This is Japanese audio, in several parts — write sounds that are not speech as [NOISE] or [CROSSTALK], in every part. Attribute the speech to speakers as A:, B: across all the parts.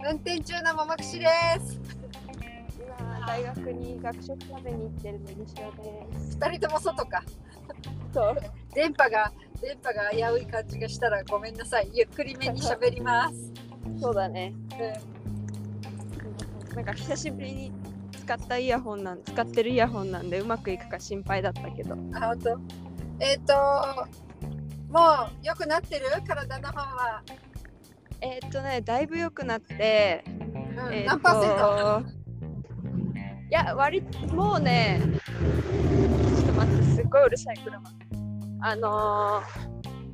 A: 転中のママクシです。
B: 今大学に学食食べに行ってるの西尾です。
A: 二人とも外か。
B: そう。
A: 電波が電波が危うい感じがしたらごめんなさい。ゆっくりめに喋ります。
B: そうだね。うん。なんか久しぶりに使ったイヤホンなん使ってるイヤホンなんでうまくいくか心配だったけど。
A: あ本当。えっ、ー、ともう良くなってる体の方は。
B: えー、っとね、だいぶ良くなって、
A: うん、えー、何パーセント
B: いや、割もうね、ちょっと待って、すごいうるさい車。あの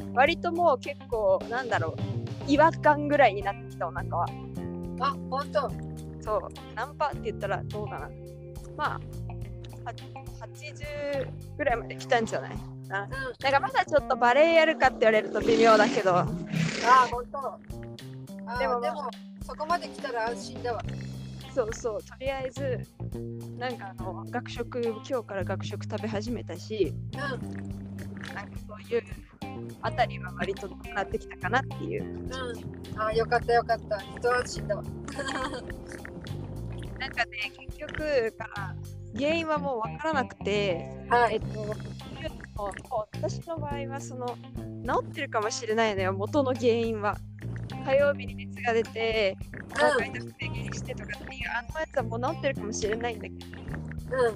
B: ー、割ともう結構、なんだろう、違和感ぐらいになってきた、お腹は。
A: あ、ほんと
B: そう、何パーって言ったらどうかな。まあ、80ぐらいまで来たんじゃないな,、うん、なんかまだちょっとバレエやるかって言われると微妙だけど。あ
A: あ、ほんと。でもでもそこまで来たら安心だわ
B: そうそうとりあえずなんかあの学食今日から学食食べ始めたし、
A: うん、
B: なんかそういうあたりは割となってきたかなっていう、
A: うん、あよかったよかった一安心だわ
B: なんかね結局から原因はもう分からなくて、
A: はい、えっ
B: と私の場合はその治ってるかもしれないのよ元の原因は火曜日に熱が出て、なんか痛くて下痢してとかっていう、あのやつはもう治ってるかもしれないんだけ
A: ど、うん、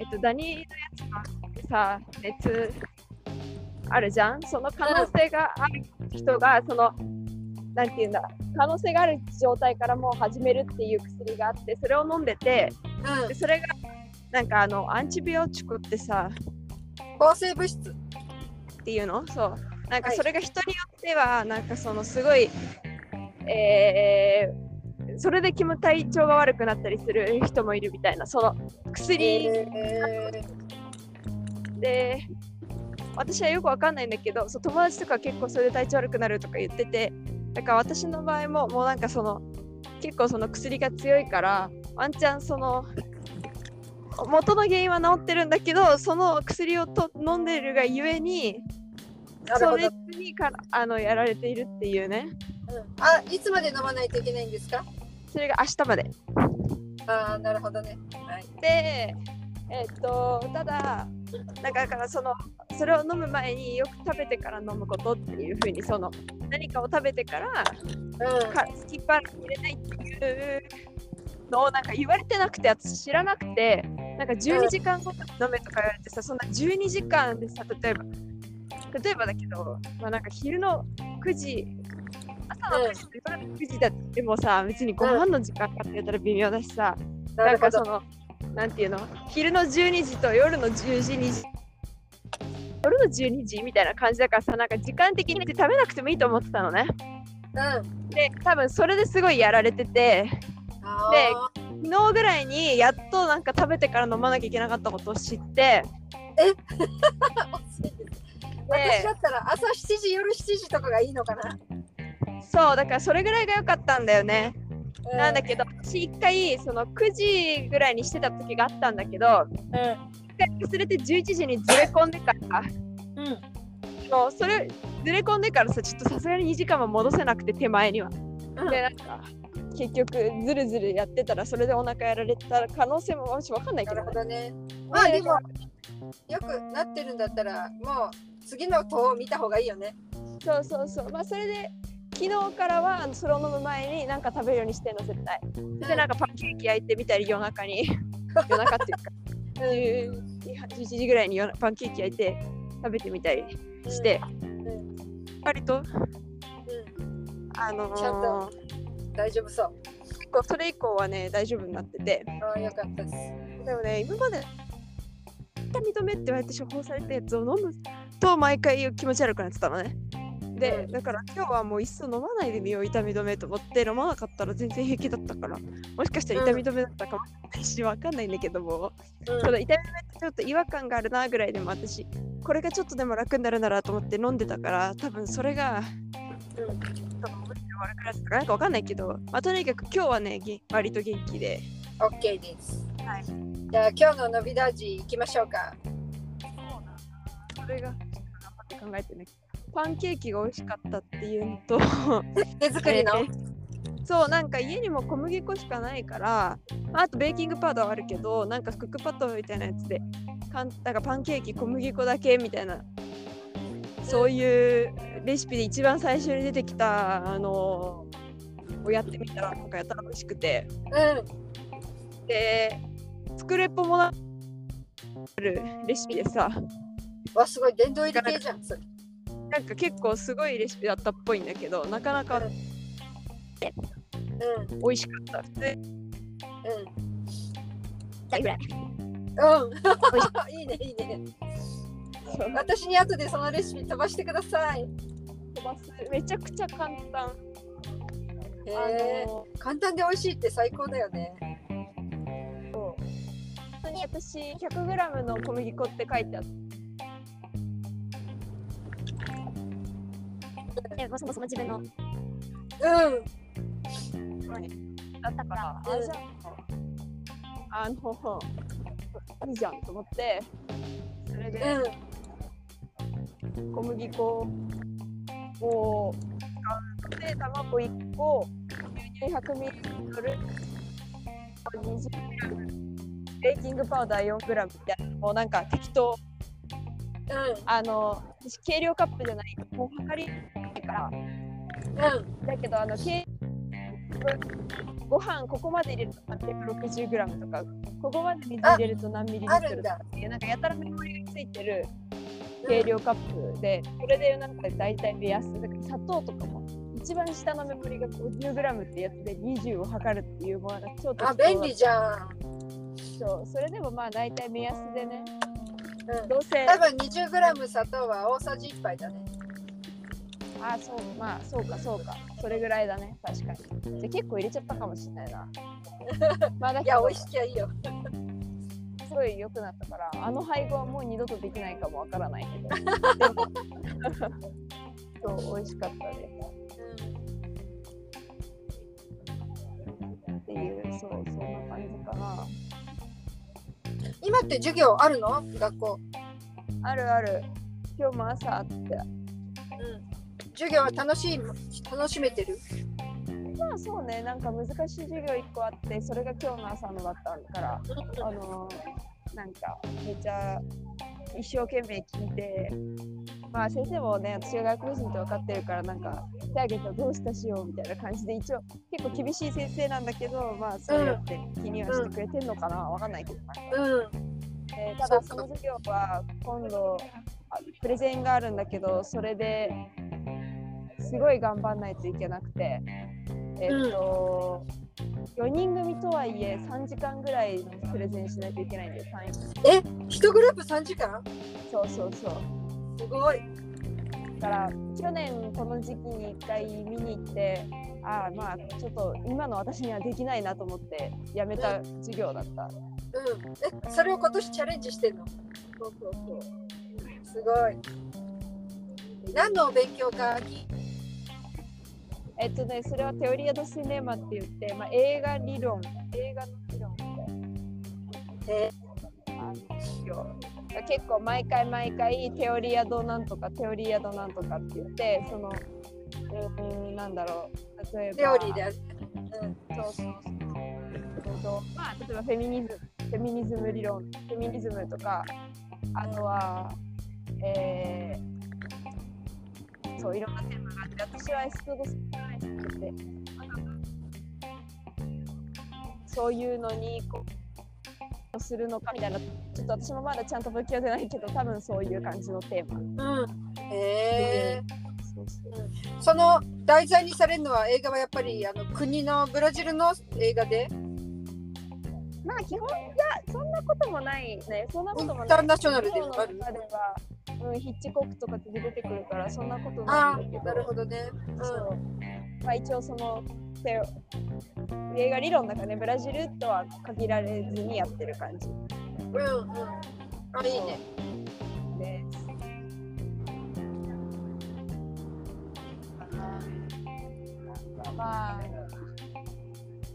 B: えっと、ダニのやつがさ、熱あるじゃんその可能性がある人が、その、なんていうんだ、可能性がある状態からもう始めるっていう薬があって、それを飲んでて、
A: うん、
B: でそれが、なんかあの、アンチビオチコってさ、
A: 抗生物質
B: っていうのそう。なんかそれが人によってはなんかそのすごい、えー、それで気も体調が悪くなったりする人もいるみたいなその薬、
A: え
B: ー、で私はよくわかんないんだけどそう友達とか結構それで体調悪くなるとか言っててだから私の場合ももうなんかその結構その薬が強いからワンチャンその元の原因は治ってるんだけどその薬をと飲んでるがゆえにそれにからあのやられているっていうね、
A: うん、あいつまで飲まないといけないんですか
B: それが明日まで
A: ああなるほどね、はい、
B: でえー、っとただなんかだからそのそれを飲む前によく食べてから飲むことっていうふうにその何かを食べてから、
A: うん、
B: かスキッパー入れないっていうのをなんか言われてなくて私知らなくてなんか12時間ごとに飲めとか言われてさそんな12時間でさ例えば例えばだけど、まあ、なんか昼の9時朝の9時,、うん、9時だってもさ別にご飯の時間かって言ったら微妙だしさ、うん、なんかそのなんていうの昼の12時と夜の10時2時夜の12時みたいな感じだからさなんか時間的に食べなくてもいいと思ってたのね、、
A: うん
B: で多分それですごいやられてて
A: [LAUGHS]
B: で昨日ぐらいにやっとなんか食べてから飲まなきゃいけなかったことを知って
A: え私だったら朝7時夜7時とかがいいのかな
B: そうだからそれぐらいが良かったんだよね、うん、なんだけど私1回その9時ぐらいにしてた時があったんだけど、
A: うん、1回
B: 忘れて11時にずれ込んでから、
A: うん、
B: そうそれずれ込んでからさちょっとさすがに2時間も戻せなくて手前には、うん、でなんか結局ずるずるやってたらそれでお腹やられた可能性ももし分かんないけど、
A: ね、なるほどねまあでもよくなってるんだったらもう次の塔を見た方がいいよね
B: そうそうそうまあそれで昨日からはそれを飲む前に何か食べるようにしてんの絶対でなんかパンケーキ焼いてみたり夜中に夜中っていうか10 11時ぐらいにパンケーキ焼いて食べてみたりして、うん、うん、割と、
A: うん、
B: あのー、
A: ちゃんと大丈夫そう
B: 結構それ以降はね大丈夫になってて
A: ああよかったです
B: でもね今まで認めって言われて処方されたやつを飲むと毎回気持ち悪くなってたのね。で、だから今日はもういっそ飲まないでみよう痛み止めと思って飲まなかったら全然平気だったからもしかしたら痛み止めだったかもしれないし分かんないんだけども、うん、その痛み止めってちょっと違和感があるなぐらいでも私これがちょっとでも楽になるならと思って飲んでたから多分それが。うん、ちょっと悪くなったかなんか分かんないけど、まあ、とにかく今日はね割と元気で。
A: OK です。
B: はい、
A: じゃあ今日ののびだじ行きましょうか。
B: それが考えてね。パンケーキが美味しかったっていうのと
A: 手作りの、
B: えー、 [LAUGHS] そうなんか家にも小麦粉しかないからあとベーキングパウダーはあるけどなんかクックパッドみたいなやつでかんなんかパンケーキ小麦粉だけみたいなそういうレシピで一番最初に出てきたあのをやってみたらなんかやったら美味しくて
A: う
B: で作れっぽもなあるレシピでさ
A: ん。わ、すごい、殿堂入り系じゃん。それ
B: なんか結構すごいレシピだったっぽいんだけどなかなか
A: うん、
B: 美味しかった普通ぐらい
A: うん。うん。 [LAUGHS] いいね、いいね。私に後でそのレシピ飛ばしてください。
B: 飛ばすめちゃくちゃ簡単
A: へ
B: あ
A: え。
B: の
A: 簡単で美味しいって最高だよね。
B: 本当に私 100g の小麦粉って書いてあってそもそも自分の
A: うん。
B: だったから
A: うん
B: あじゃああのいいじゃんと思ってそれで
A: うん。
B: 小麦粉を使って卵1個牛乳 100ml 20g ベーキングパウダー 4g みたいなもうなんか適当あの私計量カップじゃないもう測りないから
A: うん。うん。
B: だけどあの計ご飯ここまで入れると 860g とかここまで水入れると何ミリリ
A: あ
B: ット
A: るん
B: ルとか
A: だ。
B: っていうなんかやたらメモリがついてる計量カップでそれでなんか大体目安だから砂糖とかも一番下のメモリが 50g ってやつで20を測るっていうものが超適当
A: あ、
B: な
A: 便利じゃん。
B: そうそれでもまあ大体目安でね
A: うん。
B: どうせ
A: 多分20グラム砂糖は大さじ一杯だね。
B: あそうまあそうかそうかそれぐらいだね確かにじゃあ結構入れちゃったかもしれないなまあだ
A: い
B: け
A: や、
B: ど
A: 美味しきゃいいよ。
B: すごい良くなったからあの配合はもう二度とできないかもわからないけどで [LAUGHS] もそう美味しかったですっていうそうそんな感じかな
A: 今って授業あるの学校。
B: あるある今日も朝あって
A: うん。授業は楽しい、楽しめてる。
B: まあそうねなんか難しい授業一個あってそれが今日の朝のだったからあのーなんかめちゃ一生懸命聞いてまあ先生もね私が外国人って分かってるからなんか手あげてどうしたしようみたいな感じで一応結構厳しい先生なんだけどまあそうやって気にはしてくれてんのかな分かんないけど、
A: うん。
B: えーただ
A: そうか
B: その授業は今度あプレゼンがあるんだけどそれですごい頑張んないといけなくてえーっ、と、4人組とはいえ3時間ぐらいのプレゼンしないといけないんで
A: 一グループ三時間。
B: そうそうそう
A: すごい。
B: だから去年この時期に1回見に行ってああまあちょっと今の私にはできないなと思ってやめた授業だった
A: うん。え、それを今年チャレンジしてんの。そうそうそう。すごい。何のお勉強か聞い
B: えっとね、それはテオリアドシネマって言って、まあ、映画理論、映画の理論み
A: て。
B: たいなあの授業結構毎回毎回テオリアドなんとかテオリアドなんとかって言って、その、うーん、なんだろう、例えば、
A: 料理で。うん。
B: そうそうそうえっとまあ、例えばフェミニズム、フェミニズム理論、フェミニズムとか、あとは、えー、そういろんなテーマがあって、私はエストゴスじゃないですって言って、そういうのにこうするのかみたいな、ちょっと私もまだちゃんと向き合ってないけど、多分そういう感じのテーマ。
A: うん。へえ。
B: そうそう
A: その題材にされるのは映画はやっぱりあの国のブラジルの映画で
B: まあ基本いやそんなこともないねそんな
A: イ
B: こ
A: ン
B: とも
A: タ
B: な
A: ー
B: い
A: ナショナルで
B: 今の
A: あ
B: 中
A: る
B: で。は、うん、ヒッチコックとかって出てくるからそんなこと
A: あ
B: な
A: あ
B: いんだけ
A: な
B: ど
A: るほどね。
B: そうまあ、一応そのテオ映画理論だからねブラジルとは限られずにやってる感じ
A: うんうんうん。あいいね。
B: です。まあ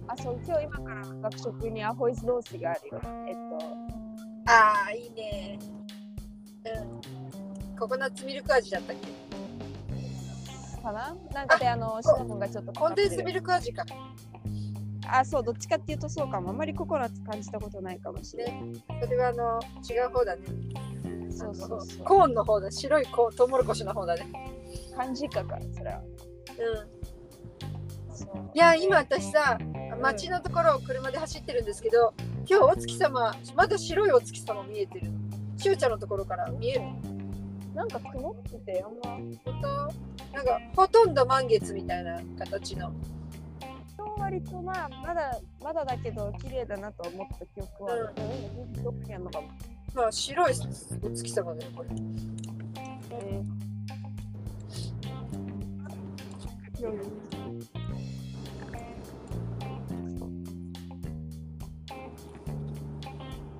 B: あそう今日今から学食にアホイズ同士があるよ。えっと
A: ああいいね。うん。ココナッツミルク味だったっけ？
B: 確かななんかであのシナモンがちょっと
A: コ
B: かか
A: ン
B: って
A: デ
B: る
A: ンスミルク味か。
B: あそうどっちかっていうとそうかもあんまりココナッツ感じたことないかもしれない、
A: それはあの違う方だね。
B: そうそうそう
A: コーンの方だ。白いコーン、トウモロコシの方だね。
B: 感じかかそれは
A: うん。
B: そう
A: いや、今私さ、街のところを車で走ってるんですけど、今日お月様、まだ白いお月様見えてるの。しゅうちゃんのところから見えるの。
B: なんか曇っててあんま
A: 本当なんかほとんど満月みたいな形の。
B: 今日割とまあまだまだだけど綺麗だなと思った記憶はある、うん、どこにあるのかも、
A: まあ白いお月様だよ、これ。
B: え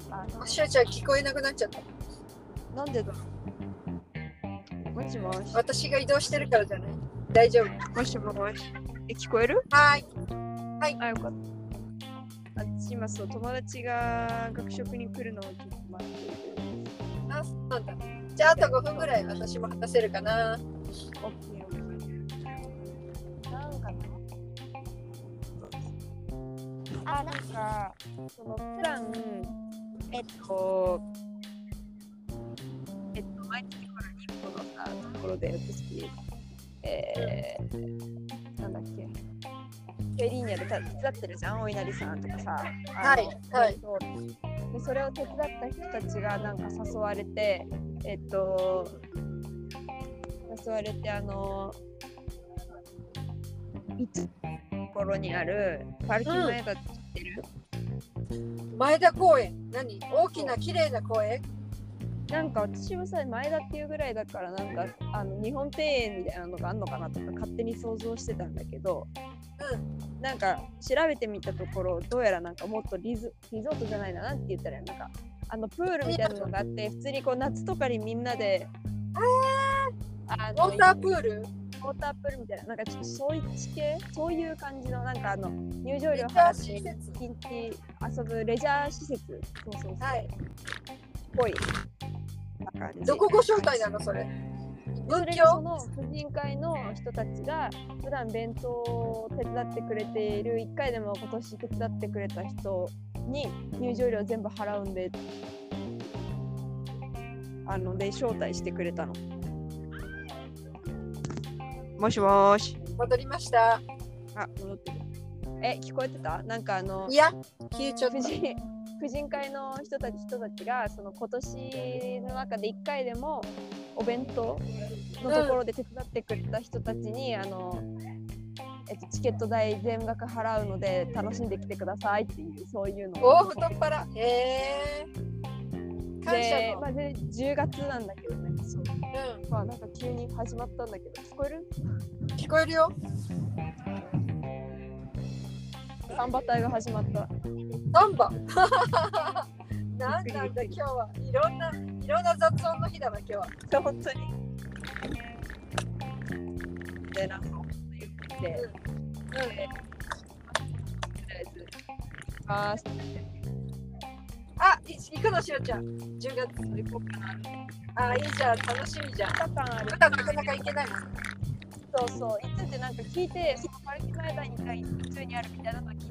B: ー、
A: しゅうちゃん聞こえなくなっちゃった。
B: あなんでだろうもしもし
A: 私が移動してるからじゃない。大丈夫。
B: もしもしえ聞こえる
A: はーい。
B: あよかったあ今そう友達が学食に来るのをちょっと待っていて
A: あ、そうなんだ。じゃああと5分ぐらい私も話せるかな。
B: オッケーなんかなあ、なんか、そのプラン、えっと、えっと、毎月ほら、日本のさ、ところで私、えー、なんだっけ、フェリーニャでた手伝ってるじゃん、お稲荷さんとかさ。あの
A: はいはい
B: そうでそれを手伝った人たちがなんか誘われて、えっと、誘われてあのいつ頃にあるパルキ前が知ってる、
A: 前田公園。何大きな綺麗な公園
B: なんか私もさ前田っていうぐらいだからなんかあの日本庭園みたいなのがあるのかなとか勝手に想像してたんだけど、なんか調べてみたところどうやらなんかもっとリゾリゾートじゃないななんて言ったらいいのなんかあのプールみたいなのがあって普通にこう夏とかにみんなで。あ
A: ウ
B: の
A: ォータープール
B: ウォータープールみたいな、なんかちょっとそういう地形、そういう感じの、なんかあの入場
A: レジャ
B: 料払
A: ー
B: って
A: 施
B: 一
A: 設。
B: 日遊ぶレジャー施設、そうそうそう、っ
A: はい。
B: ぽいな感じ。
A: どこご招待なのそれ。
B: そ
A: 文
B: れでそ
A: 教
B: の婦人会の人たちが普段弁当を手伝ってくれている1回でも今年手伝ってくれた人に入場料全部払うんであので招待してくれたのもしもーし
A: 戻りました。
B: あ、戻ってる。え、聞こえてたなんかあの
A: い、や、消えちゃっ
B: 婦人婦人会の人たち人たちが、その今年の中で1回でもお弁当のところで手伝ってくれた人たちに、あの、えっと、チケット代全額払うので楽しんできてくださいっていうそういう
A: た。
B: の
A: おお、太っ腹。へえ。感謝
B: で、
A: の。
B: まあ、で10月なんだけどねそ
A: う
B: う、まあ、なんか急に始まったんだけど聞こえ
A: ん。
B: る
A: 聞こえるよ。
B: サンバ隊が始まった
A: サンバ。 [LAUGHS] なんなんだ今日はいろんないろんな雑音の日だな今日は。
B: 本当に。で、なんか、言って、でとりあえず、あー、
A: あ、い行くのしろちゃん。10月。
B: そう行こうかな。
A: あ、いいじゃん。楽しみじゃん。
B: 2日間ある
A: 普。段なかなか行けないもん。
B: そうそう、いつってなんか聞いて、そのパルキ前が2回普通にあるみたいなのは聞いて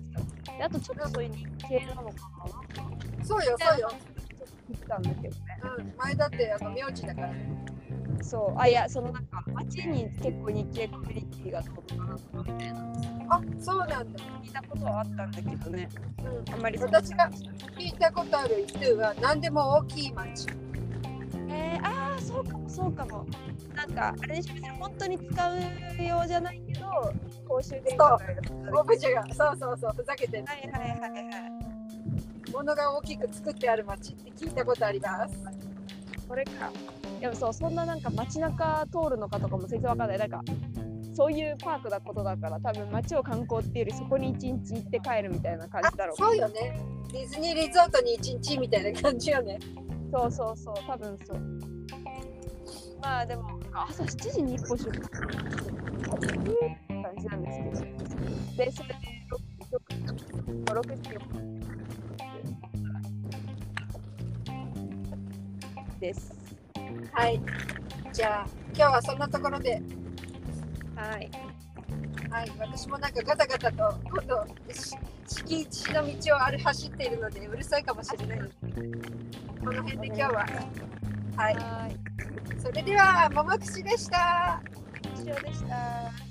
B: た。であと、ちょっとそういう日系なのかな
A: そうよ、そうよ。
B: 聞いてたんだけどね。
A: うん、前だってあの名字だから、ね。
B: そう、あ、いや、そのなんか、街に結構日系コミュニティがあったのかなとかみたいな。
A: あ、そうなんだ。
B: 聞いたことはあったんだけどね。
A: うん、
B: あんまりそんな
A: 私が聞いたことあるイトゥは何でも大きい町。
B: えー、ああそうかもそうかもなんかあれでしょ別に本当に使うようじゃないけど公衆電話が使う
A: オブジェが、そうそうそう、ふざけて
B: はいはいはいはい
A: 物が大きく作ってある町って聞いたことあります。
B: これかでもそうそんななんか街中通るのかとかも全然わかんないなんかそういうパークなことだから多分街を観光っていうよりそこに一日行って帰るみたいな感
A: あ
B: じだろ、う
A: そうよね。ディズニーリゾートに一日みたいな感じよね。
B: そうそうそう多分そうまあでも朝7時に一歩出発って感じなんですけどでそれで6時です
A: はい。じゃあ、今日はそんなところで。
B: はい。
A: はい、私もなんかガタガタと今度し敷地の道をある走っているのでうるさいかもしれないのでこの辺で今日ははい
B: はい。
A: それではももくしでした
B: 以上でした。